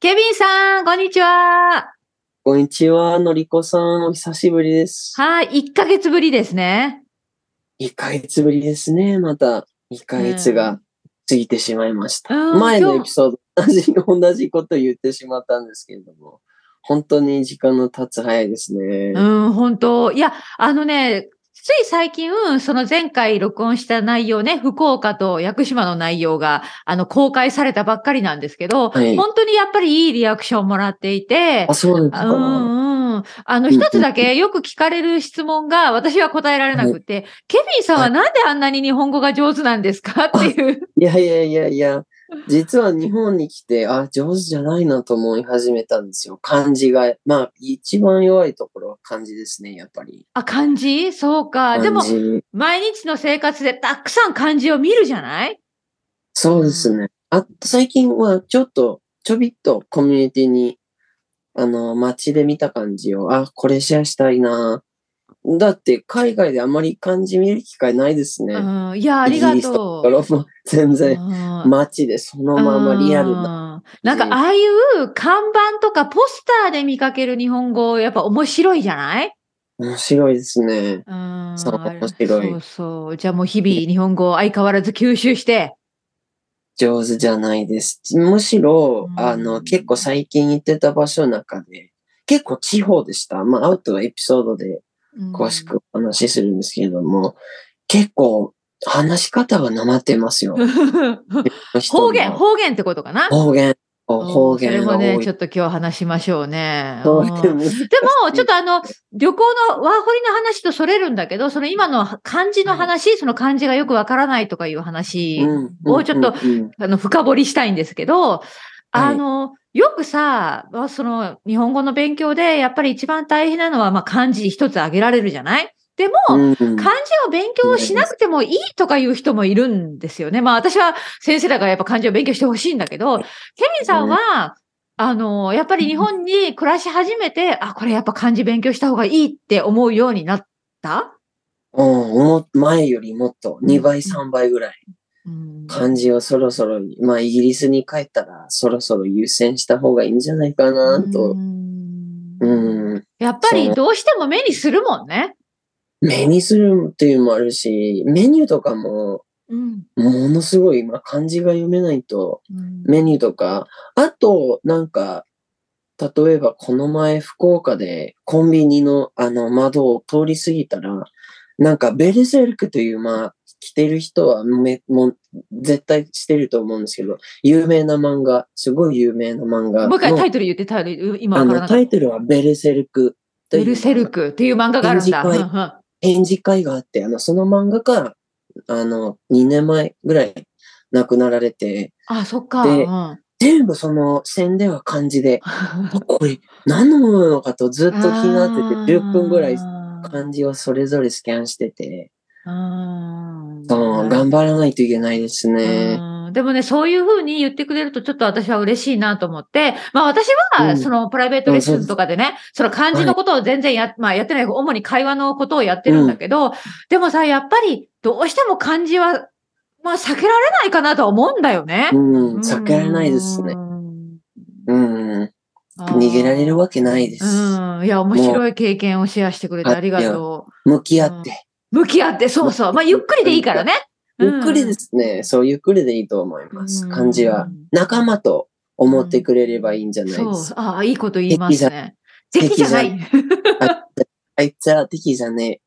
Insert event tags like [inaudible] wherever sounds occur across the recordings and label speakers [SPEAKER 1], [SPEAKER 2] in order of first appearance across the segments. [SPEAKER 1] ケビンさん、こんにちは。
[SPEAKER 2] こんにちは、のりこさん。お久しぶりです。
[SPEAKER 1] はい、1ヶ月ぶりですね。
[SPEAKER 2] 1ヶ月ぶりですね。また、1ヶ月が過ぎてしまいました。
[SPEAKER 1] うん
[SPEAKER 2] 前のエ
[SPEAKER 1] 今
[SPEAKER 2] ピ
[SPEAKER 1] 日
[SPEAKER 2] ソード、同じ、同じこと言ってしまったんですけれども、本当に時間の経つ早いですね。
[SPEAKER 1] うん、本当いや、あのね、つい最近、その前回録音した内容ね、福岡と屋久島の内容が、あの、公開されたばっかりなんですけど、
[SPEAKER 2] はい
[SPEAKER 1] 本当にやっぱりいいリアクションもらっていて
[SPEAKER 2] あ、、そうなんです
[SPEAKER 1] うんう
[SPEAKER 2] か。
[SPEAKER 1] ん。あの、
[SPEAKER 2] うん
[SPEAKER 1] 一つだけよく聞かれる質問が私は答えられなくて、ケビンさんはなんであんなに日本語が上手なんですかっていう。
[SPEAKER 2] いやいやいやいや、実は日本に来て、あ、上手じゃないなと思い始めたんですよ。漢字が。まあ、一番弱いところは漢字ですね、やっぱり。
[SPEAKER 1] あ、漢字そうか。
[SPEAKER 2] 漢字
[SPEAKER 1] でも、毎日の生活でたくさん漢字を見るじゃない
[SPEAKER 2] そうですね。あ最近はちょっと、ちょびっとコミュニティに、あの、街で見た感じを、あ、これシェアしたいな。だって、海外であまり漢字見る機会ないですね。
[SPEAKER 1] うん、いや、あり
[SPEAKER 2] イ
[SPEAKER 1] が
[SPEAKER 2] ギリスと
[SPEAKER 1] とう
[SPEAKER 2] か。もう全然、
[SPEAKER 1] うん
[SPEAKER 2] 街でそのままリアルな。
[SPEAKER 1] な。なんか、ああいう看板とかポスターで見かける日本語、やっぱ面白いじゃない
[SPEAKER 2] 面白いですね。
[SPEAKER 1] うん
[SPEAKER 2] そう面白い
[SPEAKER 1] そうそう。じゃあもう日々日本語を相変わらず吸収して。
[SPEAKER 2] 上手じゃないです。むしろ、
[SPEAKER 1] うん
[SPEAKER 2] あの、結構最近行ってた場所の中で、結構地方でした。まあ、アウトはエピソードで
[SPEAKER 1] うん
[SPEAKER 2] 詳しくお話しするんですけれども、結構話し方がなまってますよ。
[SPEAKER 1] [laughs] 方言、
[SPEAKER 2] 方
[SPEAKER 1] 方言ってことかな
[SPEAKER 2] 言。方言。方
[SPEAKER 1] それ
[SPEAKER 2] 言
[SPEAKER 1] も
[SPEAKER 2] が多
[SPEAKER 1] ね、
[SPEAKER 2] い。
[SPEAKER 1] ちょっと今日話しましょうね。
[SPEAKER 2] 方
[SPEAKER 1] うん
[SPEAKER 2] 言難しい
[SPEAKER 1] でも、ちょっとあの、旅行のワーホリの話とそれるんだけど、その今の漢字の話、その漢字がよくわからないとかいう話、
[SPEAKER 2] うん
[SPEAKER 1] もうちょっと
[SPEAKER 2] うんうん
[SPEAKER 1] あの、深掘りしたいんですけど、あの、よくさ、まあその、日本語の勉強で、やっぱり一番大変なのは、まあ、漢字一つ挙げられるじゃないでも、
[SPEAKER 2] うん
[SPEAKER 1] 漢字を勉強しなくてもいいとかいう人もいるんですよね。まあ私は先生だからやっぱ漢字を勉強してほしいんだけど、ケミンさんは、あの、やっぱり日本に暮らし始めて、あ、これやっぱ漢字勉強した方がいいって思うようになった、
[SPEAKER 2] うんもう前よりもっと2倍、
[SPEAKER 1] うん
[SPEAKER 2] 3倍ぐらい。
[SPEAKER 1] うん
[SPEAKER 2] 漢字をそろそろ、まあ、イギリスに帰ったら、そろそろ優先した方がいいんじゃないかなと。うん
[SPEAKER 1] やっぱりどうしても目にするもんね。
[SPEAKER 2] 目にするっていうのもあるし、メニューとかも、
[SPEAKER 1] うん。
[SPEAKER 2] ものすごい、まあ、漢字が読めないと、メニューとか、あと、なんか、例えばこの前福岡でコンビニのあの窓を通り過ぎたら、なんかベルセルクという、まあ、着てる人はめ、もう、絶対してると思うんですけど、有名な漫画、すごい有名な漫画の。
[SPEAKER 1] もう一回タイトル言って、タイトル、今
[SPEAKER 2] あ
[SPEAKER 1] わから
[SPEAKER 2] の
[SPEAKER 1] なか
[SPEAKER 2] タ
[SPEAKER 1] っ
[SPEAKER 2] イトルはベルセルク
[SPEAKER 1] た。
[SPEAKER 2] とい
[SPEAKER 1] ベ
[SPEAKER 2] う。
[SPEAKER 1] ルセルクっていう漫画があるんだ。
[SPEAKER 2] 展示展示会があって、あの、その漫画から、あの、2年前ぐらい亡くなられて、
[SPEAKER 1] うんうんあ、そっか。
[SPEAKER 2] で
[SPEAKER 1] うん
[SPEAKER 2] 全部その宣伝は漢字で、あこれ何のものなのかとずっと気になってて、10分ぐらい漢字をそれぞれスキャンしてて、その
[SPEAKER 1] 頑
[SPEAKER 2] 頑張らないといけないですね。
[SPEAKER 1] でもね、そういうふうに言ってくれると、ちょっと私は嬉しいなと思って、まあ私
[SPEAKER 2] う
[SPEAKER 1] は、
[SPEAKER 2] ん
[SPEAKER 1] そのプライベートレッスンとかでね、その漢字のことを全然や、まあやってない、主に会話のことをやってるんだけど、でもさ、やっぱり、どうしても漢字は、まあ避けられないかなとは思うんだよね
[SPEAKER 2] う。ん、避けられないですね。
[SPEAKER 1] うん。
[SPEAKER 2] うん、逃げられるわけないです。
[SPEAKER 1] うん。いや、面白い経験をシェアしてくれてありがと
[SPEAKER 2] 向き合って。
[SPEAKER 1] う。向き合って、そうそう。まあゆっくりでいいからね。。
[SPEAKER 2] ゆっくりですすね。そう、ゆっくりでいいと思います。漢字は
[SPEAKER 1] うん。
[SPEAKER 2] 仲間と思ってくれればいいんじゃないです
[SPEAKER 1] そ
[SPEAKER 2] か。
[SPEAKER 1] う。ああ、いいこと言いますね。敵
[SPEAKER 2] 敵
[SPEAKER 1] じ
[SPEAKER 2] じ
[SPEAKER 1] ゃ
[SPEAKER 2] ゃ
[SPEAKER 1] ない。
[SPEAKER 2] あいつは敵じゃね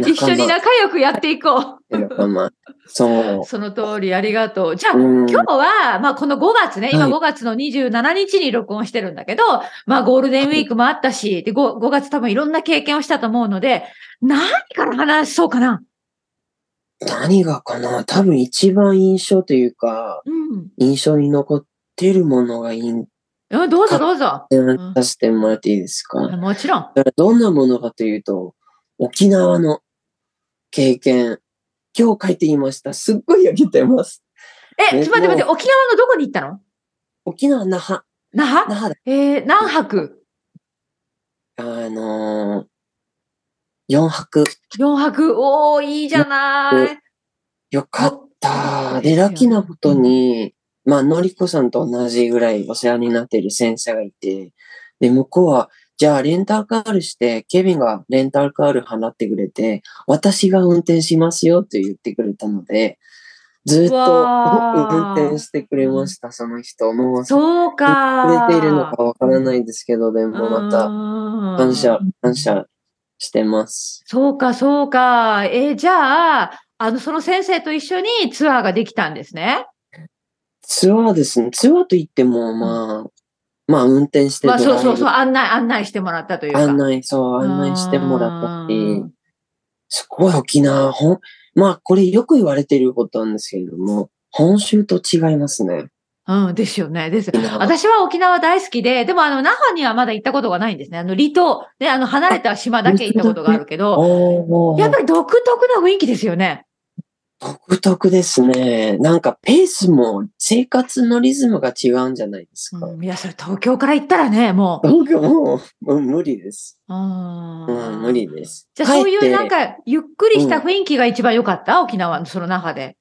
[SPEAKER 2] え。
[SPEAKER 1] 一緒に仲良くやっていこう。
[SPEAKER 2] 間。仲間。そう。
[SPEAKER 1] その通り、ありがとう。じゃあ、
[SPEAKER 2] うん
[SPEAKER 1] 今日は、まあ、この5月ね、今
[SPEAKER 2] はい
[SPEAKER 1] 5月の27日に録音してるんだけど、まあ、ゴールデンウィークもあったし、で 5, 5月多分いろんな経験をしたと思うので、何から話そうかな。
[SPEAKER 2] 何がかな多分一番印象というか、
[SPEAKER 1] うん
[SPEAKER 2] 印象に残ってるものがいいん
[SPEAKER 1] うん。どうぞどうぞ。
[SPEAKER 2] でさせてもらっていいですか、だ
[SPEAKER 1] もちろん。
[SPEAKER 2] からどんなものかというと、沖縄の経験。今日書いていました。すっごい焼けてます。
[SPEAKER 1] え、
[SPEAKER 2] え
[SPEAKER 1] ちょっと待って待って、
[SPEAKER 2] も
[SPEAKER 1] 沖縄のどこに行ったの
[SPEAKER 2] 沖縄那覇。
[SPEAKER 1] 那
[SPEAKER 2] 那
[SPEAKER 1] 覇
[SPEAKER 2] 覇だ。
[SPEAKER 1] えー、何泊
[SPEAKER 2] あのー、4泊。
[SPEAKER 1] ?4 泊おー、いいじゃない。
[SPEAKER 2] よかった。で、ラッキーなことに、まあ、のりこさんと同じぐらいお世話になっている先生がいて、で、向こうは、じゃあ、レンタカールして、ケビンがレンタカール払ってくれて、私が運転しますよって言ってくれたので、ずっ
[SPEAKER 1] う
[SPEAKER 2] と
[SPEAKER 1] わー
[SPEAKER 2] 運転してくれました、その人。もう、く
[SPEAKER 1] そうか。
[SPEAKER 2] れているのかわからないですけど、でもまた、
[SPEAKER 1] た
[SPEAKER 2] 感謝、感謝してます。
[SPEAKER 1] そうか、そうか。えーじゃあ、あの、その先生と一緒にツアーができたんですね。
[SPEAKER 2] ツアーですね。ツアーといっても、まあ、まあ、運転して
[SPEAKER 1] まあ、
[SPEAKER 2] ド
[SPEAKER 1] そう
[SPEAKER 2] ライ
[SPEAKER 1] そう
[SPEAKER 2] ブ
[SPEAKER 1] そう、案内、案内してもらったというか。
[SPEAKER 2] 案内、そう、案内してもらった
[SPEAKER 1] う
[SPEAKER 2] し
[SPEAKER 1] ん、
[SPEAKER 2] すごい沖縄、ほん、まあ、これよく言われてることなんですけれども、本州と違いますね。
[SPEAKER 1] うん、ですよね。です。
[SPEAKER 2] 沖縄
[SPEAKER 1] 私は沖縄大好きで、でもあの、那覇にはまだ行ったことがないんですね。あの、離島、ね、あの、離れた島だけ行ったことがあるけど、
[SPEAKER 2] おー
[SPEAKER 1] やっぱり独特な雰囲気ですよね。
[SPEAKER 2] 独特ですね。なんかペースも生活のリズムが違うんじゃないですか。
[SPEAKER 1] うん、いや、それ東京から行ったらね、もう。
[SPEAKER 2] 僕もううん無理です。
[SPEAKER 1] うん
[SPEAKER 2] うん、無理です。
[SPEAKER 1] じゃあ、そうい
[SPEAKER 2] 帰っ
[SPEAKER 1] う
[SPEAKER 2] て
[SPEAKER 1] なんか、ゆっくりした雰囲気が一番良かった、沖縄のその中で。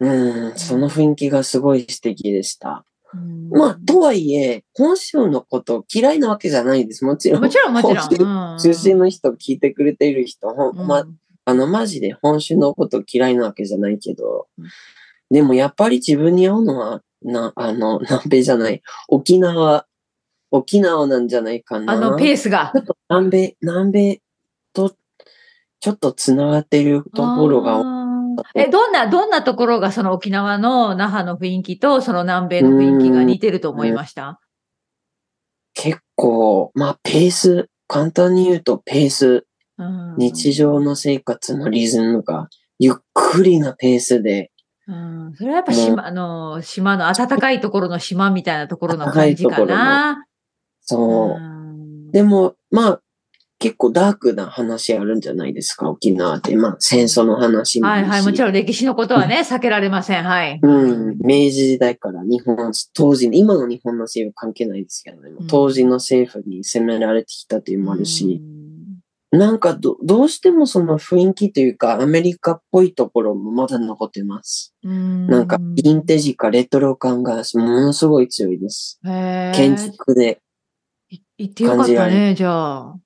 [SPEAKER 2] うん、その雰囲気がすごい素敵でした。ま
[SPEAKER 1] ま
[SPEAKER 2] あ、とはいえ、本州のこと嫌いなわけじゃないです。もちろん
[SPEAKER 1] も。ちろん、もちろん。
[SPEAKER 2] 中心
[SPEAKER 1] の、
[SPEAKER 2] の人聞いてくれている人、ほん
[SPEAKER 1] うん
[SPEAKER 2] ま、あの、マジで本州のこと嫌いなわけじゃないけど
[SPEAKER 1] うん、
[SPEAKER 2] でもやっぱり自分に合うのは、な、あの、 [laughs] 南米じゃない、沖縄、沖縄なんじゃないかな。
[SPEAKER 1] あの、ペースが。
[SPEAKER 2] 南米、南米と、ちょっとつながっているところが多い
[SPEAKER 1] あーえ、どんな、どんなところがその沖縄の那覇の雰囲気とその南米の雰囲気が似てると思いました
[SPEAKER 2] 結構、まあ、ペース、簡単に言うとペース、日常の生活のリズムが、ゆっくりなペースで、
[SPEAKER 1] うんうんそれはやっぱ島、あの、島の暖かいところの島みたいなところの感じかな。
[SPEAKER 2] そう。
[SPEAKER 1] うん
[SPEAKER 2] でも、まあ、結構ダークな話あるんじゃないですか、沖縄って。まあ、戦争の話もあ
[SPEAKER 1] は
[SPEAKER 2] る
[SPEAKER 1] い
[SPEAKER 2] し。
[SPEAKER 1] はい、もちろん歴史のことはね、避けられません。はい。
[SPEAKER 2] うん。明治時代から日本、当時、今の日本の政府関係ないですけどね
[SPEAKER 1] うん、
[SPEAKER 2] 当時の政府に責められてきたというのもあるし、
[SPEAKER 1] うん
[SPEAKER 2] なんかど、どうしてもその雰囲気というか、アメリカっぽいところもまだ残ってます。
[SPEAKER 1] な
[SPEAKER 2] なんか、ヴィンテージかレトロ感がものすごい強いです。
[SPEAKER 1] へー
[SPEAKER 2] 建築で
[SPEAKER 1] い行ってよかっ
[SPEAKER 2] 感
[SPEAKER 1] た
[SPEAKER 2] じら
[SPEAKER 1] ね、じゃあ。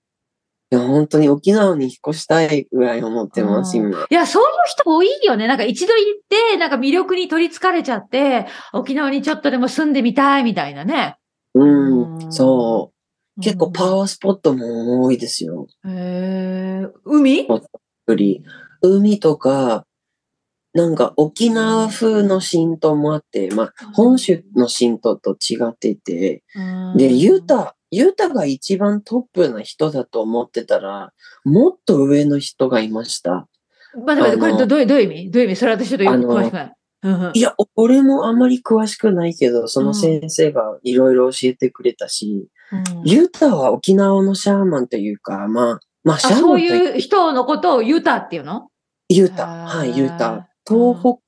[SPEAKER 2] いや、本当に沖縄に引っ越したいぐらい思ってます、
[SPEAKER 1] あー
[SPEAKER 2] 今。
[SPEAKER 1] いや、そういう人多いよね。なんか一度行って、なんか魅力に取り憑かれちゃって、沖縄にちょっとでも住んでみたいみたいなね。う
[SPEAKER 2] う
[SPEAKER 1] ん
[SPEAKER 2] ん、そう。結構パ
[SPEAKER 1] ー。
[SPEAKER 2] ワースポットも多いですよ。
[SPEAKER 1] へー海
[SPEAKER 2] そうより海とか、なんか沖縄風の神道もあって、まあ、本州の神道と違っていて、で、ユータ、ユータが一番トップな人だと思ってたら、もっと上の人がいました。
[SPEAKER 1] 待って待って、これ
[SPEAKER 2] あの
[SPEAKER 1] どどういうどういう意味どういう意味それ私ちょっとよ
[SPEAKER 2] あ
[SPEAKER 1] く
[SPEAKER 2] の
[SPEAKER 1] 詳しくない。うんうん
[SPEAKER 2] いや、俺もあまり詳しくないけど、その先生がいろいろ教えてくれたし、
[SPEAKER 1] うん
[SPEAKER 2] ユータは沖縄のシャーマンというか、まあ、まあ、
[SPEAKER 1] あ
[SPEAKER 2] シャーマ
[SPEAKER 1] そ
[SPEAKER 2] ン
[SPEAKER 1] う
[SPEAKER 2] という
[SPEAKER 1] いう人のことをユタっていうの
[SPEAKER 2] ユータ。
[SPEAKER 1] あー
[SPEAKER 2] はい、ユータ。東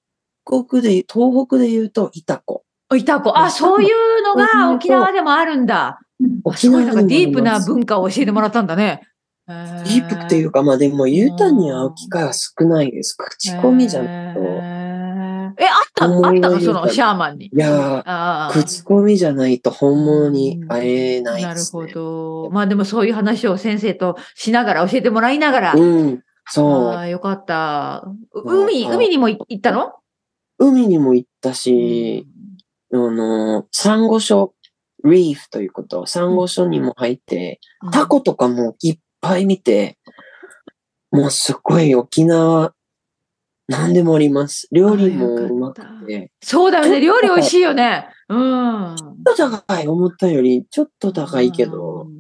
[SPEAKER 2] 北国で、東北で言うと、イタコ。
[SPEAKER 1] あいた子。あ、そういうのが沖縄でもあるんだ。あす
[SPEAKER 2] 沖
[SPEAKER 1] ご
[SPEAKER 2] 縄
[SPEAKER 1] い
[SPEAKER 2] に
[SPEAKER 1] な
[SPEAKER 2] も
[SPEAKER 1] んかディープな
[SPEAKER 2] あります
[SPEAKER 1] 文化を教えてもらったんだね。デ
[SPEAKER 2] ディープっていうか、まあでも、ユータに会う機会は少ないです。口コミじゃない
[SPEAKER 1] へ
[SPEAKER 2] と。
[SPEAKER 1] ーえ、あったのあ
[SPEAKER 2] 本
[SPEAKER 1] ったの
[SPEAKER 2] 物の
[SPEAKER 1] そ
[SPEAKER 2] ユー
[SPEAKER 1] の
[SPEAKER 2] タ
[SPEAKER 1] シャーマンに。
[SPEAKER 2] いやー、
[SPEAKER 1] あー
[SPEAKER 2] 口コミじゃないと本物に会えない
[SPEAKER 1] な
[SPEAKER 2] で
[SPEAKER 1] る
[SPEAKER 2] す、
[SPEAKER 1] ほ
[SPEAKER 2] ね。
[SPEAKER 1] ど。まあでもそういう話を先生としながら教えてもらいながら。あ
[SPEAKER 2] うん、そ
[SPEAKER 1] あーよかった。う
[SPEAKER 2] そう
[SPEAKER 1] 海、
[SPEAKER 2] そう
[SPEAKER 1] 海にも行ったの
[SPEAKER 2] う。海にも行ったし、あの、サンゴ礁、リーフということ、サンゴ礁にも入って、
[SPEAKER 1] うん
[SPEAKER 2] タコとかもいっぱい見て、もうすごい沖縄、何でもあります。料理もうまくて。
[SPEAKER 1] そうだよね。料理美味しいよね。うん。
[SPEAKER 2] ちょっと高い、思ったよりちょっと高いけど
[SPEAKER 1] う、ん。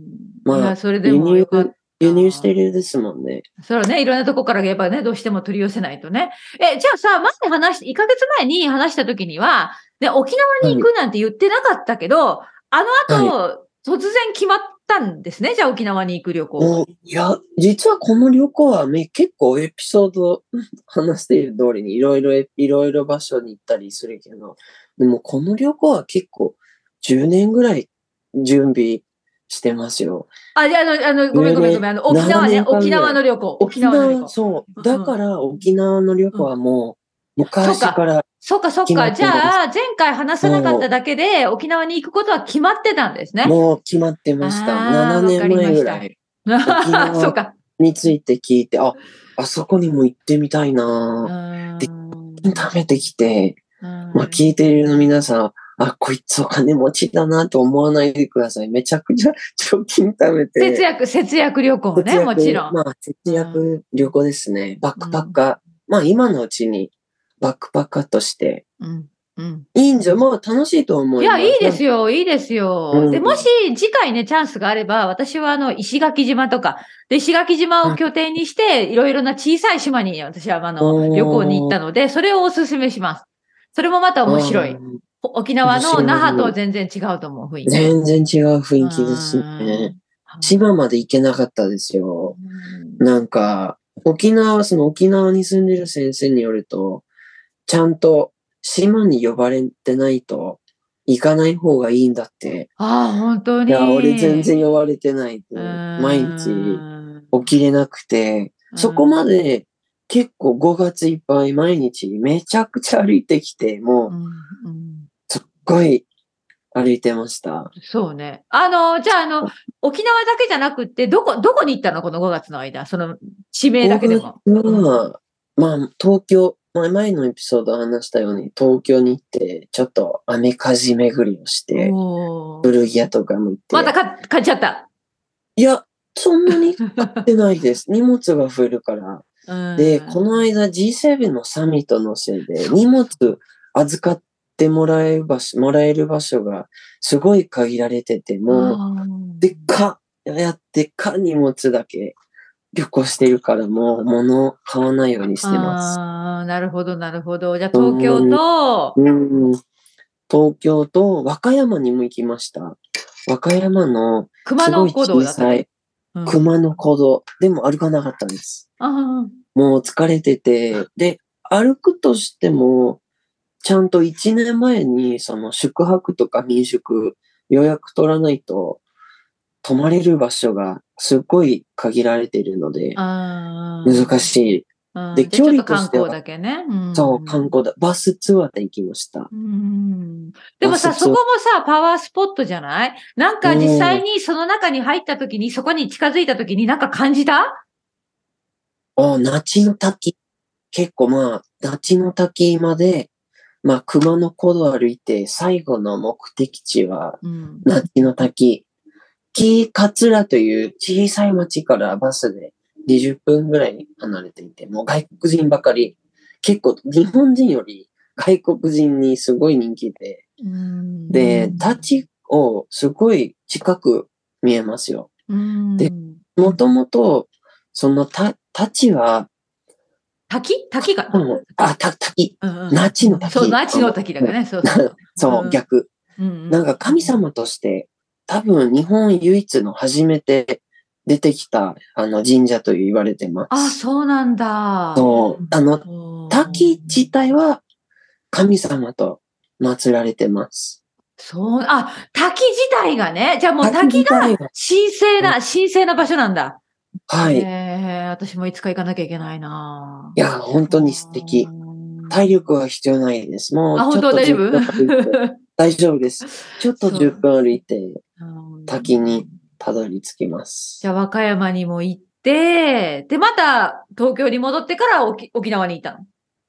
[SPEAKER 2] まあ
[SPEAKER 1] いやそれでもよかった。
[SPEAKER 2] 輸入してるですもんね。
[SPEAKER 1] それはね、いろんなとこから言えばね、どうしても取り寄せないとね。え、じゃあさ、前に話し、1ヶ月前に話した時には、ね、沖縄に行くなんて言ってなかったけど、あの後、突然決まったんですね。じゃあ沖縄に行く旅行。
[SPEAKER 2] もういや、実はこの旅行はね、結構エピソード、 [laughs] 話している通りにいろいろ、いろいろ場所に行ったりするけど、でもこの旅行は結構10年ぐらい準備してますよ。
[SPEAKER 1] あ、じゃあ、あの、あのごめんごめんごめん。あの、沖縄
[SPEAKER 2] 7
[SPEAKER 1] ね、
[SPEAKER 2] 年間ぐらい
[SPEAKER 1] 沖縄の旅行。
[SPEAKER 2] 沖
[SPEAKER 1] 沖縄の旅
[SPEAKER 2] 縄、
[SPEAKER 1] 行。
[SPEAKER 2] そうう。
[SPEAKER 1] ん
[SPEAKER 2] だから沖縄の旅行はも昔から。
[SPEAKER 1] そうか、そう
[SPEAKER 2] 決ま
[SPEAKER 1] か。
[SPEAKER 2] って
[SPEAKER 1] じ
[SPEAKER 2] るんです
[SPEAKER 1] ゃあ、前回話さなかっただけで、沖縄に行くことは決まってたんですね。
[SPEAKER 2] もう決まってました。
[SPEAKER 1] あー
[SPEAKER 2] 7年前ぐらい。
[SPEAKER 1] わかりました
[SPEAKER 2] 沖
[SPEAKER 1] [laughs]
[SPEAKER 2] 縄
[SPEAKER 1] そうか。
[SPEAKER 2] について聞いて、あ、あそこにも行ってみたいなで
[SPEAKER 1] うん
[SPEAKER 2] ぁ。食べてきて、
[SPEAKER 1] うん
[SPEAKER 2] まあ、聞いている皆さん、あ、こいつお金持ちだなと思わないでください。めちゃくちゃ貯金貯めて。
[SPEAKER 1] 節約、節約旅行
[SPEAKER 2] 節
[SPEAKER 1] ね、
[SPEAKER 2] 約
[SPEAKER 1] もちろん。
[SPEAKER 2] まあ、節約旅行ですね。バックパッカー。まあ、今のうちにバックパッカーとして。
[SPEAKER 1] うんうん
[SPEAKER 2] いいんじゃ、まあ、楽しいと思
[SPEAKER 1] い
[SPEAKER 2] いま
[SPEAKER 1] や、
[SPEAKER 2] す。
[SPEAKER 1] いいですよ、いいですよ。で、
[SPEAKER 2] うん
[SPEAKER 1] もし次回ね、チャンスがあれば、私はあの、石垣島とか、で、石垣島を拠点にして、いろいろな小さい島に私はあ
[SPEAKER 2] お
[SPEAKER 1] の、
[SPEAKER 2] ー
[SPEAKER 1] 旅行に行ったので、それをお勧めします。それもまた
[SPEAKER 2] うん。
[SPEAKER 1] 面白い。
[SPEAKER 2] うん
[SPEAKER 1] 沖縄
[SPEAKER 2] 面
[SPEAKER 1] の
[SPEAKER 2] 白い
[SPEAKER 1] 那覇とは全然違うと思う、雰囲気。
[SPEAKER 2] 全然違う雰囲気ですね。
[SPEAKER 1] うん。
[SPEAKER 2] 島まで行けなかったですよ。なんか、沖縄、その沖縄に住んでる先生によると、ちゃんと島に呼ばれてないと行かない方がいいんだって。
[SPEAKER 1] ああ、本当
[SPEAKER 2] い
[SPEAKER 1] に。
[SPEAKER 2] や、俺全然呼ばれてないって。毎日起きれなくて、そこまで結構5月いっぱい毎日めちゃくちゃ歩いてきて、も
[SPEAKER 1] う
[SPEAKER 2] うん
[SPEAKER 1] うん
[SPEAKER 2] すっごい歩いてました。
[SPEAKER 1] そうね。あの、じゃあ、あの、沖縄だけじゃなくって、どこ、どこに行ったのこの5月の間。その、地名だけでも。
[SPEAKER 2] 僕は、まあ東京、前前のエピソード話したように東京に行って、ちょっと雨風巡りをして、
[SPEAKER 1] おー
[SPEAKER 2] 古着屋とかも行って。
[SPEAKER 1] またか買っちゃった。 [laughs]
[SPEAKER 2] いや、そんなに買ってないです。荷物が増えるから。
[SPEAKER 1] うん
[SPEAKER 2] で、この間 G7 のサミットのせいで、荷物預かってもらえる場所、もらえる場所がすごい限られてて、もう、
[SPEAKER 1] あー
[SPEAKER 2] でっか、やってっか荷物だけ旅行してるから、もう物を買わないようにしてます。
[SPEAKER 1] あーなるほど、なるほど。じゃあ、東京と、
[SPEAKER 2] うん。東京と和歌山にも行きました。和歌山の
[SPEAKER 1] 熊
[SPEAKER 2] す
[SPEAKER 1] 野
[SPEAKER 2] ごい
[SPEAKER 1] 古道
[SPEAKER 2] 小
[SPEAKER 1] だった
[SPEAKER 2] さ
[SPEAKER 1] ね。
[SPEAKER 2] い熊野古道。でも歩かなかったんです。
[SPEAKER 1] うんあ
[SPEAKER 2] もう疲れてて、で、歩くとしても、ちゃんと1年前にその宿泊とか民宿予約取らないと、泊まれる場所がすっごい限られているので
[SPEAKER 1] ー、あー。
[SPEAKER 2] 難しい。
[SPEAKER 1] うん
[SPEAKER 2] で
[SPEAKER 1] じゃあ
[SPEAKER 2] 距
[SPEAKER 1] ちょっと
[SPEAKER 2] 離と
[SPEAKER 1] 観
[SPEAKER 2] して
[SPEAKER 1] 光
[SPEAKER 2] は
[SPEAKER 1] だけね。ん
[SPEAKER 2] そう、観光だ。バスツアーで行きました。
[SPEAKER 1] うんでもさ、
[SPEAKER 2] まあ
[SPEAKER 1] そ
[SPEAKER 2] そ
[SPEAKER 1] こ
[SPEAKER 2] う
[SPEAKER 1] もさ、パワースポットじゃないなんか実際にその中に入った時に、そこに近づいた時になんか感じた
[SPEAKER 2] あ、那智の滝。結構まあ、那智の滝まで、まあ、熊野古道歩いて、最後の目的地は、
[SPEAKER 1] うん。
[SPEAKER 2] 那智の滝。紀伊桂という小さい町からバスで20分ぐらい離れていて、もう外国人ばかり、結構日本人より外国人にすごい人気で、
[SPEAKER 1] うん
[SPEAKER 2] で、立、ちをすごい近く見えますよ。
[SPEAKER 1] うん
[SPEAKER 2] でもともと、そのた、立ちは、
[SPEAKER 1] 滝滝か
[SPEAKER 2] このあ、た、滝、
[SPEAKER 1] うんうん
[SPEAKER 2] 那智の滝。
[SPEAKER 1] そう、那智の滝だからね。そうそう。
[SPEAKER 2] [laughs] そう、逆。
[SPEAKER 1] な
[SPEAKER 2] なんか神様として、多分日本唯一の初めて出てきたあの神社と言われてま
[SPEAKER 1] あ、
[SPEAKER 2] す。
[SPEAKER 1] そうなんだ。
[SPEAKER 2] そう。あの、
[SPEAKER 1] おー
[SPEAKER 2] 滝自体は神様と祀られてます。
[SPEAKER 1] そう、あ、滝自体がね。じゃあもう
[SPEAKER 2] 滝
[SPEAKER 1] 滝
[SPEAKER 2] 自
[SPEAKER 1] が
[SPEAKER 2] 体
[SPEAKER 1] 神
[SPEAKER 2] が
[SPEAKER 1] 聖な、神聖な場所なんだ。
[SPEAKER 2] はい。い
[SPEAKER 1] えー、私もいつか行かなきゃいけないな
[SPEAKER 2] や、本当に素敵。。体力は必要ないです。もう
[SPEAKER 1] あ、
[SPEAKER 2] ちょ
[SPEAKER 1] 本
[SPEAKER 2] っと
[SPEAKER 1] 当大丈夫
[SPEAKER 2] 10分
[SPEAKER 1] [laughs]
[SPEAKER 2] 歩いて大丈夫です。ちょっと
[SPEAKER 1] そう
[SPEAKER 2] 10分歩いて、
[SPEAKER 1] うん
[SPEAKER 2] 滝にたどり着きます
[SPEAKER 1] じ。ゃあ、和歌山にも行って、で、また東京に戻ってから沖沖縄に行ったの。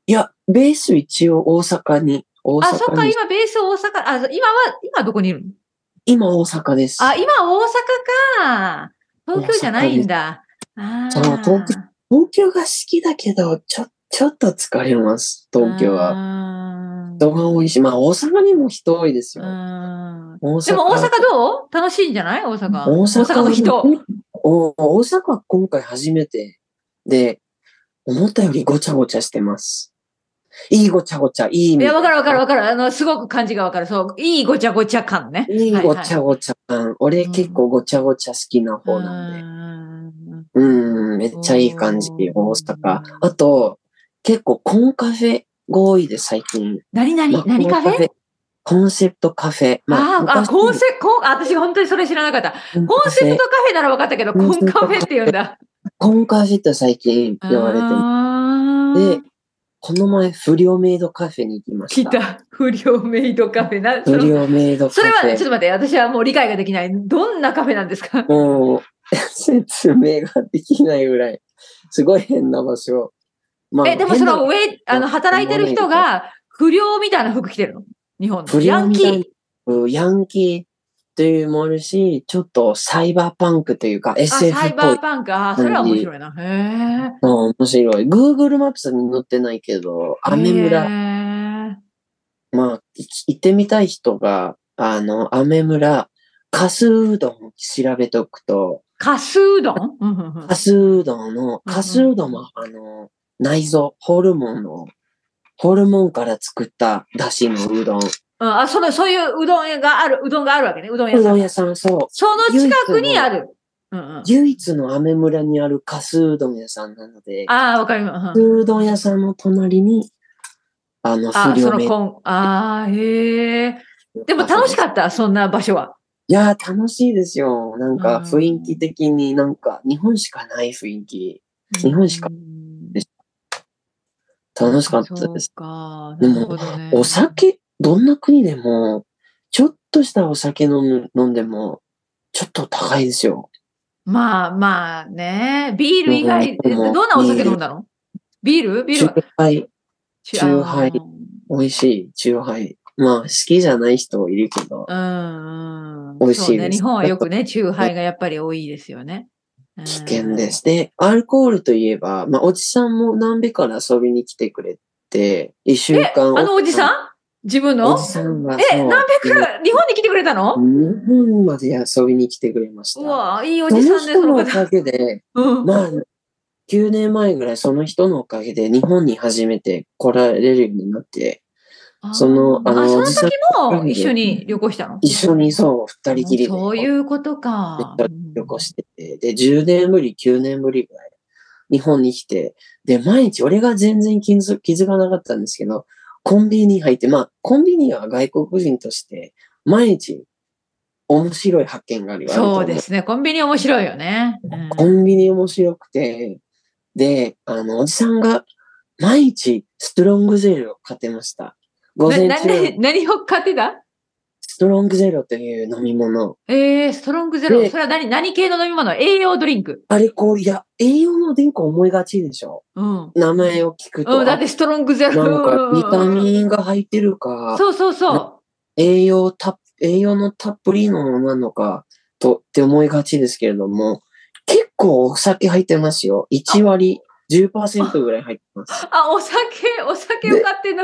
[SPEAKER 2] いや、ベース一応大阪に、大
[SPEAKER 1] あ、そっ
[SPEAKER 2] 阪
[SPEAKER 1] か、
[SPEAKER 2] に、
[SPEAKER 1] 今ベース大阪、あ、今は、今どこにいるの
[SPEAKER 2] 今大阪です。
[SPEAKER 1] あ、今大阪か。東京じゃないんだ。あ
[SPEAKER 2] そう
[SPEAKER 1] ー
[SPEAKER 2] 東京東京が好きだけど、ちょ、ちょっと疲れます、東京は。
[SPEAKER 1] は
[SPEAKER 2] 人が多いし、まあ大阪にも人多いですよ。大阪
[SPEAKER 1] でも大阪どう楽しいんじゃない大阪。
[SPEAKER 2] 大阪
[SPEAKER 1] の人。
[SPEAKER 2] お大阪は今回初めてで、思ったよりごちゃごちゃしてます。いいごちゃごちゃ、いい意
[SPEAKER 1] い
[SPEAKER 2] 味
[SPEAKER 1] や、わかるわかるわかる。あの、すごく感じがわかる。そう、いいごちゃごちゃ感ね。
[SPEAKER 2] いいごちゃ
[SPEAKER 1] は
[SPEAKER 2] ごちゃ感。俺結構ごちゃごちゃ好きな方なんで。
[SPEAKER 1] んで。
[SPEAKER 2] うん、めっちゃいい感じ、大
[SPEAKER 1] おー
[SPEAKER 2] 阪。あと、結構コンカフェが多いで、最近。
[SPEAKER 1] 何
[SPEAKER 2] まあ
[SPEAKER 1] 何何カフェ
[SPEAKER 2] コンセプトカフェ。
[SPEAKER 1] あー、あ、
[SPEAKER 2] 昔
[SPEAKER 1] コンセコン、あ私本当にそれ知らなかった。コンセプトカフェなら分かったけど、コ
[SPEAKER 2] コン
[SPEAKER 1] ン
[SPEAKER 2] セプト
[SPEAKER 1] カフェって言うんだ。
[SPEAKER 2] コンカフェって最近言われて
[SPEAKER 1] あ
[SPEAKER 2] る。
[SPEAKER 1] ー
[SPEAKER 2] で、この前、不良メイドカフェに行きま
[SPEAKER 1] 来
[SPEAKER 2] した。
[SPEAKER 1] た不良メイドカフェな。そ
[SPEAKER 2] 不
[SPEAKER 1] の
[SPEAKER 2] 良メイドカ
[SPEAKER 1] そ
[SPEAKER 2] フ
[SPEAKER 1] れは、ちょ
[SPEAKER 2] ェ。
[SPEAKER 1] っと待って、私はもう理解ができない。どんなカフェなんですか
[SPEAKER 2] もう、説明ができないぐらい、すごい変な場所。ま
[SPEAKER 1] え、でもそ
[SPEAKER 2] 変な
[SPEAKER 1] の上、あの、働いてる人が不良みたいな服着てるの日本
[SPEAKER 2] 不
[SPEAKER 1] の。ヤ
[SPEAKER 2] 良
[SPEAKER 1] ン
[SPEAKER 2] み
[SPEAKER 1] キ
[SPEAKER 2] たい
[SPEAKER 1] ー
[SPEAKER 2] な。うんヤンキーというもあるし、ちょっとサイバーパンクというか
[SPEAKER 1] あ、
[SPEAKER 2] SF
[SPEAKER 1] サイ
[SPEAKER 2] っぽ
[SPEAKER 1] バー
[SPEAKER 2] い。
[SPEAKER 1] パンク。あー、それは面白いな。へえ。
[SPEAKER 2] うん、面白い。Google マップスに載ってないけど、アメ村、
[SPEAKER 1] 村。
[SPEAKER 2] まあ、い行ってみたい人が、あの、アメ村、カスうどん調べとくと、
[SPEAKER 1] カスうどんうんうんうん
[SPEAKER 2] カスうどんの、カスうどんも、あの、内臓、ホルモンの、ホルモンから作っただしのうどん。う
[SPEAKER 1] うんあ、その、そういううどん屋がある、うどんがあるわけね。うどん屋さ
[SPEAKER 2] どん
[SPEAKER 1] ん。
[SPEAKER 2] 屋さん、そう。
[SPEAKER 1] その近くにある。うんうん。
[SPEAKER 2] 唯一のアメ村にあるカスうどん屋さんなので、カ
[SPEAKER 1] ああ、わかります。
[SPEAKER 2] ス
[SPEAKER 1] うん
[SPEAKER 2] うどん屋さんの隣に、あの、
[SPEAKER 1] あ
[SPEAKER 2] 不
[SPEAKER 1] そ
[SPEAKER 2] 良
[SPEAKER 1] の
[SPEAKER 2] め
[SPEAKER 1] こん、ああ、へえ。でも楽しかった、そんな場所は。
[SPEAKER 2] いやー、楽しいですよ。なんか
[SPEAKER 1] うん
[SPEAKER 2] 雰囲気的になんか日本しかない雰囲気。日本しか
[SPEAKER 1] うん
[SPEAKER 2] で楽しかった
[SPEAKER 1] そう
[SPEAKER 2] です。
[SPEAKER 1] か。
[SPEAKER 2] で
[SPEAKER 1] な
[SPEAKER 2] も
[SPEAKER 1] るほどね。
[SPEAKER 2] お酒、どんな国でも、ちょっとしたお酒飲む飲んでも、ちょっと高いですよ。
[SPEAKER 1] まあまあね。ビール以外、
[SPEAKER 2] うん
[SPEAKER 1] どんなお酒飲んだのビールビール
[SPEAKER 2] 中
[SPEAKER 1] は
[SPEAKER 2] 杯、
[SPEAKER 1] ち
[SPEAKER 2] 酎ハイ
[SPEAKER 1] あの
[SPEAKER 2] 美味しい、中杯。まあ、好きじゃない人いるけど、
[SPEAKER 1] うんうん。
[SPEAKER 2] 美味しい
[SPEAKER 1] そうね。
[SPEAKER 2] です
[SPEAKER 1] 日本はよくね、チューハイがやっぱり多いですよね。うん
[SPEAKER 2] 危険で。す。で、アルコールといえば、まあ、おじさんも南米から遊びに来てくれて、一週
[SPEAKER 1] え、
[SPEAKER 2] 間。
[SPEAKER 1] あのおじさん自分の
[SPEAKER 2] おじさんが
[SPEAKER 1] え、
[SPEAKER 2] そう
[SPEAKER 1] 何百日本に来てくれたの
[SPEAKER 2] 日本まで遊びに来てくれました。
[SPEAKER 1] うわいいお
[SPEAKER 2] そ
[SPEAKER 1] じさ
[SPEAKER 2] の
[SPEAKER 1] んで、そ
[SPEAKER 2] 人の
[SPEAKER 1] の
[SPEAKER 2] お
[SPEAKER 1] 方。
[SPEAKER 2] かげで、
[SPEAKER 1] うん。
[SPEAKER 2] まあ、9年前ぐらいその人のおかげで日本に初めて来られるようになって、そのあの
[SPEAKER 1] あ、そ
[SPEAKER 2] お
[SPEAKER 1] の
[SPEAKER 2] じさん
[SPEAKER 1] 時も一緒に旅行したの
[SPEAKER 2] 一緒にそう、二人きりで。
[SPEAKER 1] そういうこと
[SPEAKER 2] めっ
[SPEAKER 1] か
[SPEAKER 2] ちゃ。旅行してて、で、10年ぶり、9年ぶりぐらい、日本に来て、で、毎日、俺が全然気づ気づかなかったんですけど、コンビニに入って、まあ、コンビニは外国人として、毎日、面白い発見があるよ。
[SPEAKER 1] そうで
[SPEAKER 2] あると思
[SPEAKER 1] すね。コンビニ面白いよね。うん
[SPEAKER 2] う。コンビニ面白くて、で、あの、おじさんが、毎日、ストロングゼロを買ってました。午前
[SPEAKER 1] な
[SPEAKER 2] 中、
[SPEAKER 1] 何何を買ってた
[SPEAKER 2] ストロングゼロという飲み物。
[SPEAKER 1] えー、ストロングゼロ。
[SPEAKER 2] で
[SPEAKER 1] それは何何系の飲み物栄養ドリンク。
[SPEAKER 2] あれ、こう、いや、栄養の電化思いがちでしょ
[SPEAKER 1] うん。
[SPEAKER 2] 名前を聞くと。
[SPEAKER 1] うん、だってストロングゼロ。
[SPEAKER 2] なんかビタ
[SPEAKER 1] ン。
[SPEAKER 2] ミンが入ってるか、
[SPEAKER 1] そうそうそ
[SPEAKER 2] 栄養たっ栄養のたっぷりのものなのかとって思いがちですけれども、結構お酒入ってますよ。1割10%ぐらい入ってます。
[SPEAKER 1] う。あ、お酒、お酒を買ってんの。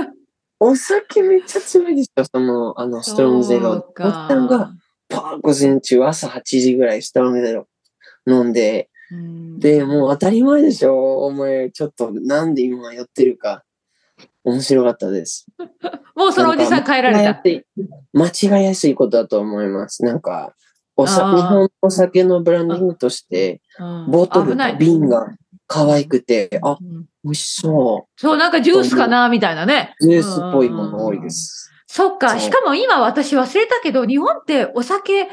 [SPEAKER 2] お酒めっちゃ強いでしょ、その、あの、ストロングゼロ。お
[SPEAKER 1] そう
[SPEAKER 2] っ
[SPEAKER 1] か
[SPEAKER 2] さんが、、パー午前中朝8時ぐらいストロングゼロ飲んで、
[SPEAKER 1] うん
[SPEAKER 2] で、もう当たり前でしょ、お前、ちょっとなんで今やってるか。面白かったです。
[SPEAKER 1] もうそのおじさん帰られた。
[SPEAKER 2] 間違いやすいことだと思います。なんか、お
[SPEAKER 1] あー
[SPEAKER 2] さ日本のお酒のブランディングとして、
[SPEAKER 1] うん
[SPEAKER 2] ボトル
[SPEAKER 1] 危ない
[SPEAKER 2] と瓶が可愛くて、あ、
[SPEAKER 1] うん
[SPEAKER 2] 美味しそ
[SPEAKER 1] そう、なんかジュースかなみたいなね。
[SPEAKER 2] う。ジュースっぽいもの多いで
[SPEAKER 1] うん。
[SPEAKER 2] す。
[SPEAKER 1] そっ
[SPEAKER 2] そ
[SPEAKER 1] か。
[SPEAKER 2] う
[SPEAKER 1] しかも今私忘れたけど、日本ってお酒、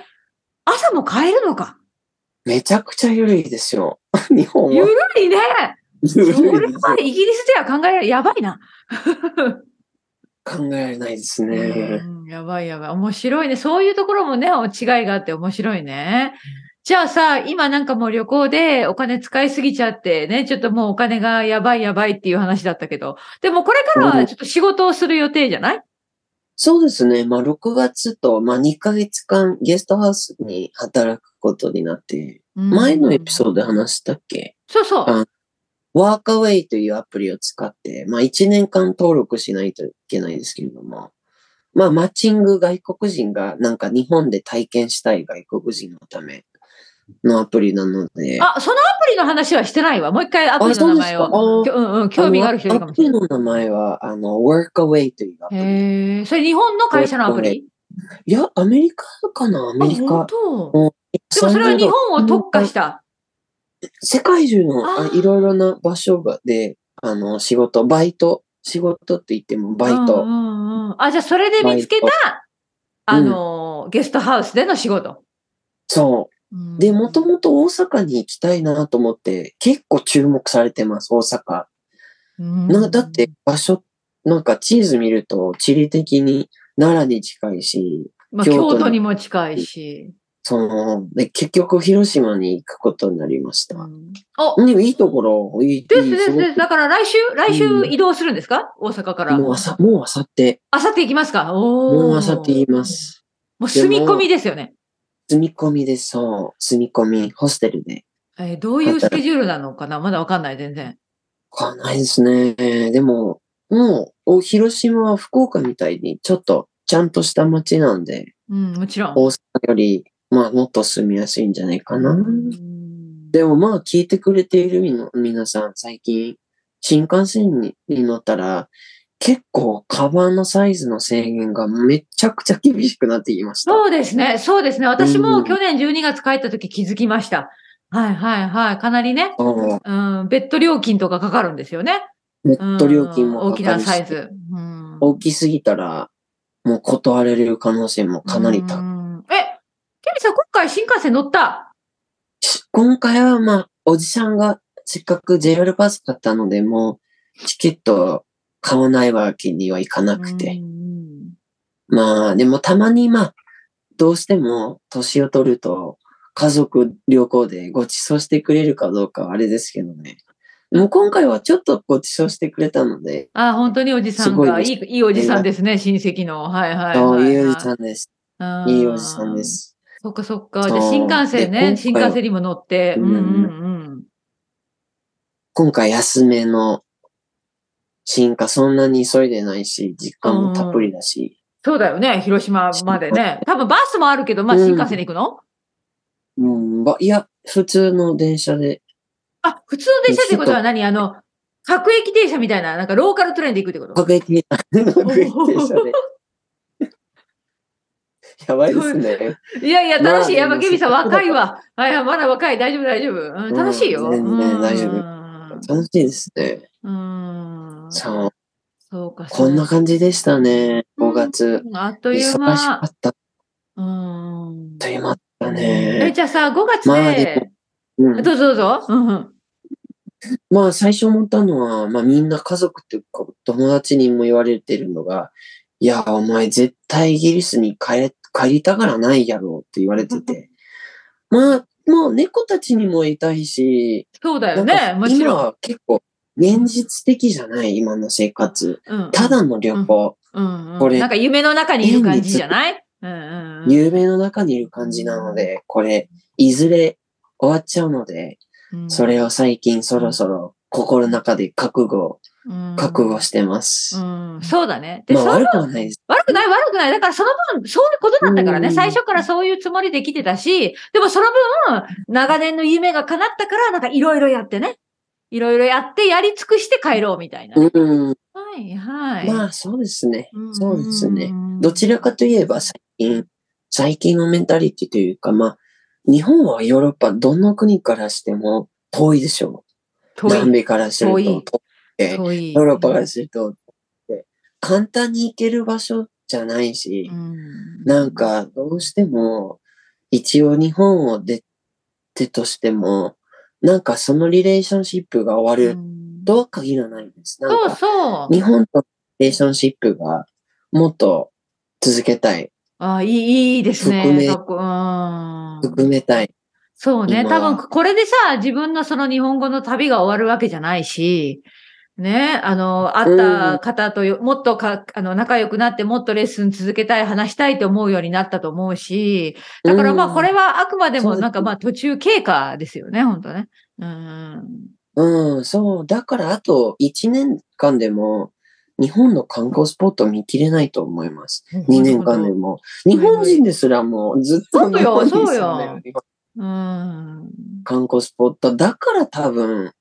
[SPEAKER 1] 朝も買えるのか。
[SPEAKER 2] めちゃくちゃゆるいですよ。 [laughs] 日本
[SPEAKER 1] ゆ
[SPEAKER 2] は
[SPEAKER 1] るいね。
[SPEAKER 2] [laughs] ゆ
[SPEAKER 1] そ
[SPEAKER 2] る
[SPEAKER 1] れ
[SPEAKER 2] いです
[SPEAKER 1] はイギリスでは考えられ、やばいな。
[SPEAKER 2] 考えられないですね。
[SPEAKER 1] うんやばいやばい。面白いね。そういうところもね、違いがあって面白いね。じゃあさ、今なんかもう旅行でお金使いすぎちゃってね、ちょっともうお金がやばいやばいっていう話だったけど、でもこれからはちょっと仕事をする予定じゃない
[SPEAKER 2] そうですね。まあ、6月と、まあ、2ヶ月間ゲストハウスに働くことになって、前のエピソードで話したっけ
[SPEAKER 1] そうそう。
[SPEAKER 2] あワーカウェイというアプリを使って、まあ1年間登録しないといけないですけれども、まあマッチング外国人がなんか日本で体験したい外国人のためのアプリなので、
[SPEAKER 1] あ、そのアプリの話はしてないわ。もう一回アプリの名前
[SPEAKER 2] あそ
[SPEAKER 1] を。き
[SPEAKER 2] うで
[SPEAKER 1] ょうんうん、興味がある人いるかもしれ
[SPEAKER 2] あのアプリの名前は、あの、Workaway というアプリ。
[SPEAKER 1] な
[SPEAKER 2] い
[SPEAKER 1] い。へえ。それ日本の会社のアプリ
[SPEAKER 2] や、アメリカかなア
[SPEAKER 1] あ、
[SPEAKER 2] メリ
[SPEAKER 1] 本
[SPEAKER 2] カ。
[SPEAKER 1] 当
[SPEAKER 2] うん
[SPEAKER 1] でもそれは日本を特化
[SPEAKER 2] て
[SPEAKER 1] した。
[SPEAKER 2] 世界中の
[SPEAKER 1] あ
[SPEAKER 2] あ
[SPEAKER 1] ー
[SPEAKER 2] いろいろな場所がで、あの、仕事、バイト、仕事って言ってもバイト。
[SPEAKER 1] うんうんうん。あ、じゃあそれで見つけ
[SPEAKER 2] バイ
[SPEAKER 1] た、あのー、ゲストハウスでの仕事。
[SPEAKER 2] そ
[SPEAKER 1] う
[SPEAKER 2] う。
[SPEAKER 1] ん
[SPEAKER 2] で、もともと大阪に行きたいなと思って、結構注目されてます、大阪。
[SPEAKER 1] な
[SPEAKER 2] なだって、場所、なんか地図見ると地理的に奈良に近いし、
[SPEAKER 1] まあ、
[SPEAKER 2] 京都
[SPEAKER 1] 京
[SPEAKER 2] に
[SPEAKER 1] 都にも近いし。
[SPEAKER 2] その、で結局広島に行くことになりました。
[SPEAKER 1] お
[SPEAKER 2] でもいいところ、いい、
[SPEAKER 1] です
[SPEAKER 2] いい
[SPEAKER 1] です
[SPEAKER 2] すご
[SPEAKER 1] です。だから来週、来週
[SPEAKER 2] うん
[SPEAKER 1] 移動するんですか大阪から。
[SPEAKER 2] くもうあさ、もうあさって、
[SPEAKER 1] あさって行きますかおー
[SPEAKER 2] もうあさって言いま。す。
[SPEAKER 1] もう住み込みですよね。
[SPEAKER 2] 住み込みでそう、住み込み、ホステルで。
[SPEAKER 1] えーどういうスケジュールなのかなまだわかんない、全然。
[SPEAKER 2] わかんないですね。でも、もう、お広島は福岡みたいに、ちょっと、ちゃんとした街なんで、
[SPEAKER 1] うん、もちろん。
[SPEAKER 2] 大阪より、まあ、もっと住みやすいんじゃないかな。
[SPEAKER 1] うん
[SPEAKER 2] でもまあ聞いてくれているみの皆さん最近新幹線にに乗ったら結構カバンのサイズの制限がめちゃくちゃ厳しくなってきました。
[SPEAKER 1] そうですね、そうですね。私
[SPEAKER 2] う
[SPEAKER 1] も
[SPEAKER 2] ん
[SPEAKER 1] 去年12月帰った時気づきました。はいはいはい。かなりね、
[SPEAKER 2] うん
[SPEAKER 1] うん、ベッド料金とかかかるんですよね。
[SPEAKER 2] ネ
[SPEAKER 1] うん
[SPEAKER 2] ット料金も
[SPEAKER 1] 大
[SPEAKER 2] か
[SPEAKER 1] き
[SPEAKER 2] か
[SPEAKER 1] な
[SPEAKER 2] るし
[SPEAKER 1] サイズ。うん
[SPEAKER 2] 大きすぎたらもう断られる可能性もかなり
[SPEAKER 1] う
[SPEAKER 2] 高い。
[SPEAKER 1] んえ、ケミさん、今回新幹線乗った
[SPEAKER 2] し今回はまあおじさんがせっかく JR パスだったのでもうチケット買わないわけにはいかなくて。
[SPEAKER 1] うん
[SPEAKER 2] まあ、でもたまにまあ、どうしても年を取ると、家族旅行でご馳走してくれるかどうかはあれですけどね。でも今回はちょっとご馳走してくれたので、
[SPEAKER 1] あ、本当におじさん
[SPEAKER 2] すごい
[SPEAKER 1] が、
[SPEAKER 2] で
[SPEAKER 1] い
[SPEAKER 2] す
[SPEAKER 1] いいいおじさんですね、親戚の。はいはいはい、はい。
[SPEAKER 2] そういいおじさんです。
[SPEAKER 1] うん
[SPEAKER 2] いいおじさんで。す。
[SPEAKER 1] そっかそっか。
[SPEAKER 2] そう
[SPEAKER 1] じゃあ新幹線
[SPEAKER 2] で今回
[SPEAKER 1] ね、
[SPEAKER 2] は
[SPEAKER 1] 新幹線にも乗って。う
[SPEAKER 2] うんん
[SPEAKER 1] うん
[SPEAKER 2] 今回安めの進化、そんなに急いでないし、時間もたっぷりだし、
[SPEAKER 1] そうだよね、広島までね。多分バスもあるけど、まあ
[SPEAKER 2] うん
[SPEAKER 1] 新幹線で行くの、
[SPEAKER 2] うん、ばいや、普通の電車で、
[SPEAKER 1] あ、普通の電車ってことは何あの、各駅停車みたいな、なんかローカルトレインで行くってこと
[SPEAKER 2] 各駅、各駅停車で。 [laughs] やばいですね。
[SPEAKER 1] いやいや、楽しい。
[SPEAKER 2] まあ
[SPEAKER 1] やっぱ
[SPEAKER 2] でも
[SPEAKER 1] ケビさん
[SPEAKER 2] そう
[SPEAKER 1] 若いわ。あいや、まだ若い。大丈夫、大丈夫。うん、楽しいよ。
[SPEAKER 2] 全然
[SPEAKER 1] うん
[SPEAKER 2] 大丈夫楽しいですね。
[SPEAKER 1] うん。
[SPEAKER 2] そう、
[SPEAKER 1] そうか、
[SPEAKER 2] こんな
[SPEAKER 1] そうか
[SPEAKER 2] 感じでしたね、
[SPEAKER 1] うん
[SPEAKER 2] 5月。
[SPEAKER 1] あっと
[SPEAKER 2] 忙
[SPEAKER 1] い
[SPEAKER 2] し
[SPEAKER 1] う
[SPEAKER 2] か
[SPEAKER 1] 間
[SPEAKER 2] っ。た、あっ
[SPEAKER 1] うん。
[SPEAKER 2] という間だった
[SPEAKER 1] え、
[SPEAKER 2] ね。
[SPEAKER 1] じゃあさ、5月
[SPEAKER 2] まあで
[SPEAKER 1] で、
[SPEAKER 2] うん、
[SPEAKER 1] どうぞどうぞ。うんうん。
[SPEAKER 2] まあ、最初思ったのは、まあ、みんな家族っていうか、友達にも言われてるのが、いや、お前絶対イギリスに帰帰りたからないやろって言われて
[SPEAKER 1] [laughs]
[SPEAKER 2] て。まあ、もう猫たちにもいたいし、
[SPEAKER 1] そうだよ
[SPEAKER 2] な
[SPEAKER 1] ね。
[SPEAKER 2] ん
[SPEAKER 1] も
[SPEAKER 2] か
[SPEAKER 1] ち
[SPEAKER 2] 今
[SPEAKER 1] ろん。
[SPEAKER 2] は結構現実的じゃない、今の生活。
[SPEAKER 1] うん
[SPEAKER 2] ただの旅行。
[SPEAKER 1] うんうん
[SPEAKER 2] これ
[SPEAKER 1] なんか夢の中にいる感じじゃないうんうんうん
[SPEAKER 2] 有名の中にいる感じなので、これ、いずれ終わっちゃうので、
[SPEAKER 1] うん
[SPEAKER 2] それを最近そろそろ心の中で覚悟、
[SPEAKER 1] うん
[SPEAKER 2] 覚悟してます。
[SPEAKER 1] うんそうだね。で、
[SPEAKER 2] まあ
[SPEAKER 1] その
[SPEAKER 2] 悪くはないです。
[SPEAKER 1] 悪くない悪くない。だからその分、そういうことなんだからね。
[SPEAKER 2] うん
[SPEAKER 1] 最初からそういうつもりで来てたし、でもその分、長年の夢が叶ったから、なんかいろいろやってね。いろいろやって、やり尽くして帰ろうみたいな。
[SPEAKER 2] うん。
[SPEAKER 1] はいはい。
[SPEAKER 2] まあそうですね。
[SPEAKER 1] うん
[SPEAKER 2] そうですね。どちらかといえば最近、最近のメンタリティというか、まあ、日本はヨーロッパ、どの国からしても遠いでしょ
[SPEAKER 1] 遠
[SPEAKER 2] う。南
[SPEAKER 1] い。
[SPEAKER 2] 米からする
[SPEAKER 1] 遠
[SPEAKER 2] と
[SPEAKER 1] い
[SPEAKER 2] 遠くて
[SPEAKER 1] 遠い。
[SPEAKER 2] ヨーロッパからすると遠くて簡単に行ける場所じゃないし、
[SPEAKER 1] うん
[SPEAKER 2] なん、か、どうしても、一応日本を出てとしても、なんかそのリレーションシップが終わ
[SPEAKER 1] う
[SPEAKER 2] る
[SPEAKER 1] ん
[SPEAKER 2] とは限らないんです。な
[SPEAKER 1] そ
[SPEAKER 2] ん
[SPEAKER 1] う
[SPEAKER 2] か、
[SPEAKER 1] そう。
[SPEAKER 2] 日本とのリレーションシップがもっと続けたい、
[SPEAKER 1] ああ、いい、いいですね。
[SPEAKER 2] 含め
[SPEAKER 1] かっこうん、
[SPEAKER 2] 含めたい。
[SPEAKER 1] そうね。
[SPEAKER 2] 今
[SPEAKER 1] 多分、これでさ、自分のその日本語の旅が終わるわけじゃないし、ね、あの、会った方とよ、もっとか、あの、仲良くなって、もっとレッスン続けたい、話したいって思うようになったと思うし、だからまあ、
[SPEAKER 2] うん
[SPEAKER 1] これはあくまで
[SPEAKER 2] そう
[SPEAKER 1] も、
[SPEAKER 2] です
[SPEAKER 1] なんかまあ、途中経過ですよね、本当ね。うん。
[SPEAKER 2] うん、そう。だから、あと1年間でも、日本の観光スポット見切れないと思います。2年間でも。日本人ですらもうずっと日本に住ん
[SPEAKER 1] そう
[SPEAKER 2] で
[SPEAKER 1] よそうよ
[SPEAKER 2] る
[SPEAKER 1] うん。
[SPEAKER 2] 観光スポット。だから多分、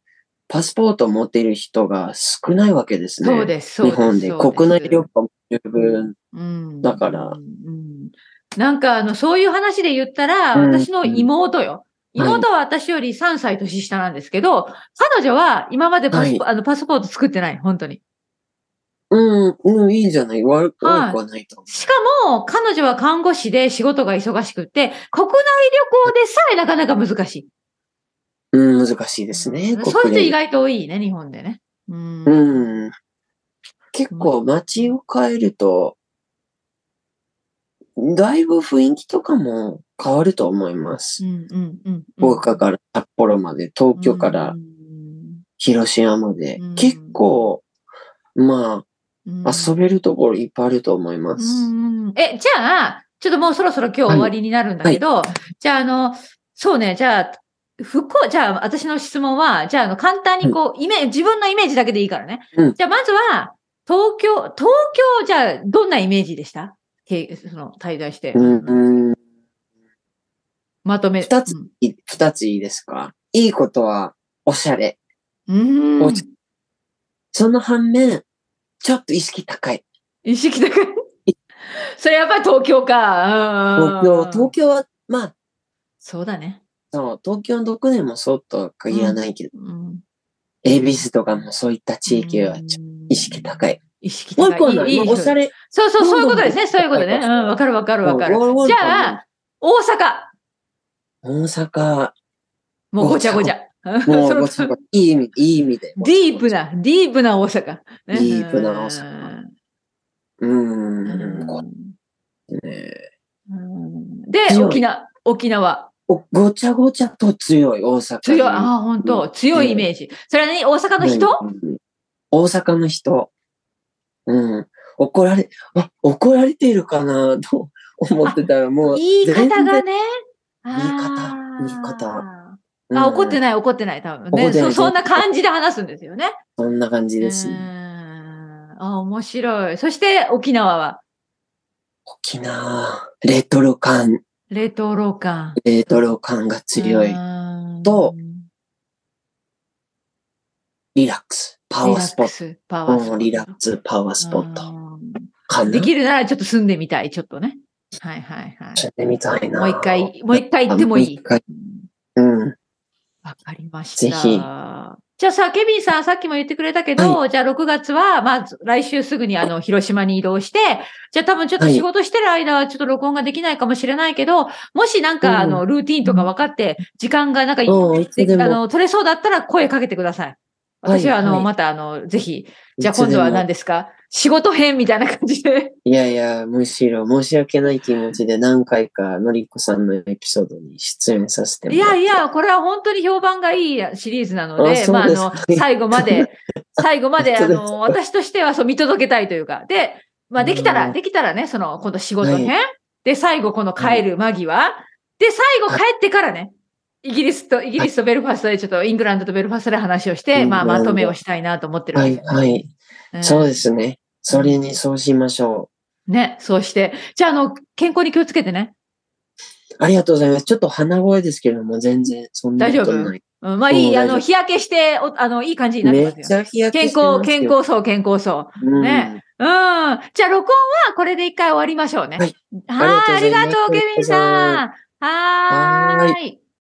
[SPEAKER 2] パスポートを持っている人が少ないわけですね。
[SPEAKER 1] そうです、そう
[SPEAKER 2] 日
[SPEAKER 1] です。
[SPEAKER 2] 本で。
[SPEAKER 1] そう
[SPEAKER 2] 国内
[SPEAKER 1] す
[SPEAKER 2] 旅行も十分。
[SPEAKER 1] うん
[SPEAKER 2] だから
[SPEAKER 1] うんうんなんか、あの、そういう話で言ったら、
[SPEAKER 2] うん
[SPEAKER 1] 私の妹よ。
[SPEAKER 2] うん
[SPEAKER 1] 妹は私より3歳年下なんですけど、彼女は今までパス,、
[SPEAKER 2] はい
[SPEAKER 1] あのパスポート作ってない、本当に。
[SPEAKER 2] うん、うん、いいんじゃない悪く
[SPEAKER 1] はい
[SPEAKER 2] 悪くはないと思
[SPEAKER 1] しかも、彼女は看護師で仕事が忙しくって、国内旅行でさえなかなか難しい。
[SPEAKER 2] う。うん、難しいです
[SPEAKER 1] そう
[SPEAKER 2] ね。
[SPEAKER 1] いう人
[SPEAKER 2] 国
[SPEAKER 1] 意
[SPEAKER 2] 連
[SPEAKER 1] 外と多いね、日本でね。うん
[SPEAKER 2] うん。結構街を変えると、だいぶ雰囲気とかも変わると思います。
[SPEAKER 1] うんうん
[SPEAKER 2] 福岡から札幌まで、東京から
[SPEAKER 1] うん
[SPEAKER 2] 広島まで、
[SPEAKER 1] うん
[SPEAKER 2] 結構、ま
[SPEAKER 1] うん
[SPEAKER 2] あ、遊べるところいっぱいあると思いま
[SPEAKER 1] う
[SPEAKER 2] す。
[SPEAKER 1] んうんえ、じゃあ、ちょっともうそろそろ今日終わりになるんだけど、じゃあ、あの、そうね、じゃあ、福岡、じゃあ、私の質問は、じゃあ、あの、簡単にこう、イメージ、自分のイメージだけでいいからね。
[SPEAKER 2] うん
[SPEAKER 1] じゃあ、まずは、東京、東京、じゃあ、どんなイメージでしたけその、滞在して。
[SPEAKER 2] うん、うん
[SPEAKER 1] まとめ。
[SPEAKER 2] 二つ
[SPEAKER 1] うん
[SPEAKER 2] い二ついいですかいいことは、おしゃれ。
[SPEAKER 1] うん。
[SPEAKER 2] おその反面、ちょっと意識高い。
[SPEAKER 1] 意識高い。
[SPEAKER 2] [laughs]
[SPEAKER 1] それやっぱり東京か。
[SPEAKER 2] 東京、東京は、まあ、
[SPEAKER 1] そうだね。
[SPEAKER 2] そう、東京のどこでもそうとは限らないけど、
[SPEAKER 1] うん。
[SPEAKER 2] 恵比寿とかもそういった地域はちょっと意識高い。
[SPEAKER 1] 意識
[SPEAKER 2] も
[SPEAKER 1] 高
[SPEAKER 2] う
[SPEAKER 1] い。
[SPEAKER 2] 一個ない
[SPEAKER 1] い
[SPEAKER 2] まあおしゃれ。
[SPEAKER 1] そうそう、
[SPEAKER 2] どん
[SPEAKER 1] そう
[SPEAKER 2] どん
[SPEAKER 1] いうことですね。
[SPEAKER 2] どん
[SPEAKER 1] そういうことね。
[SPEAKER 2] ど
[SPEAKER 1] う
[SPEAKER 2] んどん
[SPEAKER 1] ん、わかるわかるわか
[SPEAKER 2] う
[SPEAKER 1] る。
[SPEAKER 2] んワン
[SPEAKER 1] じゃあ、大阪。
[SPEAKER 2] 大阪、
[SPEAKER 1] もうごちゃごちゃ。[laughs]
[SPEAKER 2] も
[SPEAKER 1] そうの
[SPEAKER 2] ごちゃごちゃいい意味、いい意味で。
[SPEAKER 1] ディープ。な、ディープな大阪。ね
[SPEAKER 2] ディープな大阪。
[SPEAKER 1] う
[SPEAKER 2] う
[SPEAKER 1] ん
[SPEAKER 2] ん。ご
[SPEAKER 1] う
[SPEAKER 2] ね
[SPEAKER 1] んで、
[SPEAKER 2] 強い
[SPEAKER 1] 沖縄、沖縄。
[SPEAKER 2] おごちゃごちゃと強い、大阪。
[SPEAKER 1] 強い、ああ、本当強いイメージ。それは何大阪の人
[SPEAKER 2] うん大阪の人。うん。怒られ、あ、怒られているかなと思ってたらもう。
[SPEAKER 1] 言い方がね。言
[SPEAKER 2] 然言い方言いうん
[SPEAKER 1] あ、怒ってない、怒ってない、多分
[SPEAKER 2] 怒
[SPEAKER 1] ね。
[SPEAKER 2] ってな
[SPEAKER 1] そ
[SPEAKER 2] い
[SPEAKER 1] そんな感じで話すんですよね。
[SPEAKER 2] そんな感じで
[SPEAKER 1] う
[SPEAKER 2] す
[SPEAKER 1] ー
[SPEAKER 2] ね。
[SPEAKER 1] んあ、面白い。そして沖縄は
[SPEAKER 2] 沖縄、レトロ感、
[SPEAKER 1] レトロ感。
[SPEAKER 2] レトロ感が強い。
[SPEAKER 1] い
[SPEAKER 2] と、リラックス、パ
[SPEAKER 1] パワ
[SPEAKER 2] ワー
[SPEAKER 1] ー
[SPEAKER 2] ス
[SPEAKER 1] ス
[SPEAKER 2] ポ
[SPEAKER 1] ポ
[SPEAKER 2] ッ
[SPEAKER 1] ット。パワ
[SPEAKER 2] ト。
[SPEAKER 1] ースポット。
[SPEAKER 2] うんリラックス、パワースポッ
[SPEAKER 1] う
[SPEAKER 2] ト。
[SPEAKER 1] ん
[SPEAKER 2] かな
[SPEAKER 1] できるならちょっと住んでみたい、ちょっとね。はいはいは
[SPEAKER 2] や
[SPEAKER 1] い。
[SPEAKER 2] ってみたいな。
[SPEAKER 1] もう一回、もう一回行ってもいい
[SPEAKER 2] もう一回
[SPEAKER 1] うん
[SPEAKER 2] うん。
[SPEAKER 1] わかりました。
[SPEAKER 2] ぜひ
[SPEAKER 1] じゃあさ、ケビンさん、さっきも言ってくれたけど、じゃあ6月は、まあ、来週すぐにあの、広島に移動して、じゃあ多分ちょっと
[SPEAKER 2] はい
[SPEAKER 1] 仕事してる間はちょっと録音ができないかもしれないけど、もしなん
[SPEAKER 2] うん
[SPEAKER 1] か、あの、ルーティンとか分かって、時間がなんか、
[SPEAKER 2] うんいつでも
[SPEAKER 1] あの、取れそうだったら声かけてください。
[SPEAKER 2] はい
[SPEAKER 1] 私はあの、
[SPEAKER 2] はい
[SPEAKER 1] またあの、ぜひ、じゃあ今度
[SPEAKER 2] い
[SPEAKER 1] は
[SPEAKER 2] つでも
[SPEAKER 1] 何ですか仕事編みたいな感じで。
[SPEAKER 2] いやいや、むしろ申し訳ない気持ちで何回かのりこさんのエピソードに出演させても
[SPEAKER 1] い
[SPEAKER 2] らっ
[SPEAKER 1] や
[SPEAKER 2] て。
[SPEAKER 1] いや、これは本当に評判がいいシリーズなので、
[SPEAKER 2] あそう
[SPEAKER 1] まあ、あ
[SPEAKER 2] です
[SPEAKER 1] の
[SPEAKER 2] か、
[SPEAKER 1] 最後ま
[SPEAKER 2] [laughs]
[SPEAKER 1] で、最後まで、あ
[SPEAKER 2] 本当です
[SPEAKER 1] の、私としてはそう見届けたいというか、で、まあ、できた
[SPEAKER 2] う
[SPEAKER 1] ら、
[SPEAKER 2] ん
[SPEAKER 1] できたらね、その、この仕事編、
[SPEAKER 2] は
[SPEAKER 1] で、最後、この帰る間際、で、最後帰ってからね、イギリスと、イギリスとベルファストで、ちょっとイングランドとベルファストで話をして、
[SPEAKER 2] イング
[SPEAKER 1] ま
[SPEAKER 2] ラ
[SPEAKER 1] あ、
[SPEAKER 2] ンド
[SPEAKER 1] まとめをしたいなと思ってるわ
[SPEAKER 2] は
[SPEAKER 1] け
[SPEAKER 2] い、
[SPEAKER 1] で
[SPEAKER 2] はい。
[SPEAKER 1] うん
[SPEAKER 2] そうですね。それにそうしましょ
[SPEAKER 1] ね、そうして。じゃあ、あの、健康に気をつけてね。
[SPEAKER 2] う。ありがとうございます。ちょっと鼻声ですけれども、全然そんなことない。
[SPEAKER 1] うん、まあ、いい、
[SPEAKER 2] うん
[SPEAKER 1] あ
[SPEAKER 2] 大丈
[SPEAKER 1] の、
[SPEAKER 2] 夫
[SPEAKER 1] 日焼けして、おあの、いい感じになって
[SPEAKER 2] め
[SPEAKER 1] ま
[SPEAKER 2] っ
[SPEAKER 1] すよ。
[SPEAKER 2] ちゃ日焼け
[SPEAKER 1] 健
[SPEAKER 2] してま
[SPEAKER 1] 康、
[SPEAKER 2] すよ。
[SPEAKER 1] 健康そう、健康そう。
[SPEAKER 2] うん。
[SPEAKER 1] ねうん。じゃあ、録音はこれで一回終わりましょうね。
[SPEAKER 2] はい
[SPEAKER 1] はーい。あ
[SPEAKER 2] あ
[SPEAKER 1] り
[SPEAKER 2] り
[SPEAKER 1] が
[SPEAKER 2] が
[SPEAKER 1] と
[SPEAKER 2] と
[SPEAKER 1] う、
[SPEAKER 2] うございま
[SPEAKER 1] ケ
[SPEAKER 2] す
[SPEAKER 1] ビンさん。はーい。